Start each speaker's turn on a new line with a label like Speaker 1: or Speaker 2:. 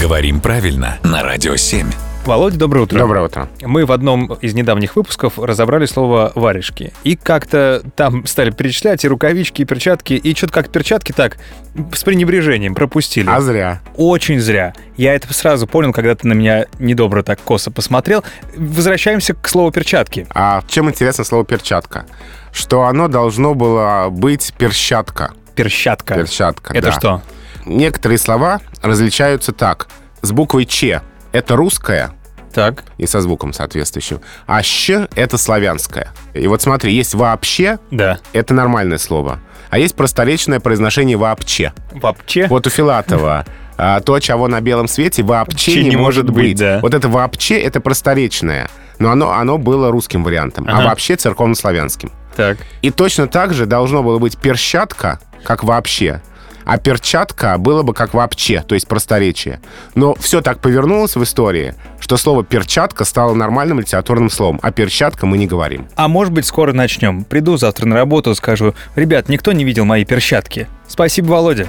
Speaker 1: Говорим правильно на Радио 7.
Speaker 2: Володь, доброе утро.
Speaker 3: Доброе утро.
Speaker 2: Мы в одном из недавних выпусков разобрали слово «варежки». И как-то там стали перечислять и рукавички, и перчатки. И что-то как перчатки так с пренебрежением пропустили.
Speaker 3: А зря.
Speaker 2: Очень зря. Я это сразу понял, когда ты на меня недобро так косо посмотрел. Возвращаемся к слову «перчатки».
Speaker 3: А чем интересно слово перчатка? Что оно должно было быть перчатка.
Speaker 2: Перчатка.
Speaker 3: Перчатка.
Speaker 2: Это
Speaker 3: да.
Speaker 2: что?
Speaker 3: Некоторые слова различаются так. С буквой Ч это русское
Speaker 2: Так.
Speaker 3: и со звуком соответствующим, а Щ это славянское. И вот смотри, есть вообще
Speaker 2: Да.
Speaker 3: это нормальное слово, а есть просторечное произношение вообще.
Speaker 2: Вообще.
Speaker 3: Вот у Филатова а, то, чего на белом свете вообще не, может быть.
Speaker 2: да.
Speaker 3: Вот это вообще это просторечное, но оно, оно было русским вариантом,
Speaker 2: Ага.
Speaker 3: а вообще церковнославянским.
Speaker 2: Так.
Speaker 3: И точно так же должно было быть перчатка, как вообще. А перчатка было бы как вообще, то есть просторечие. Но все так повернулось в истории, что слово перчатка стало нормальным литературным словом, а перчатка мы не говорим.
Speaker 2: А может быть, скоро начнем. Приду завтра на работу, скажу, ребят, никто не видел мои перчатки. Спасибо, Володя.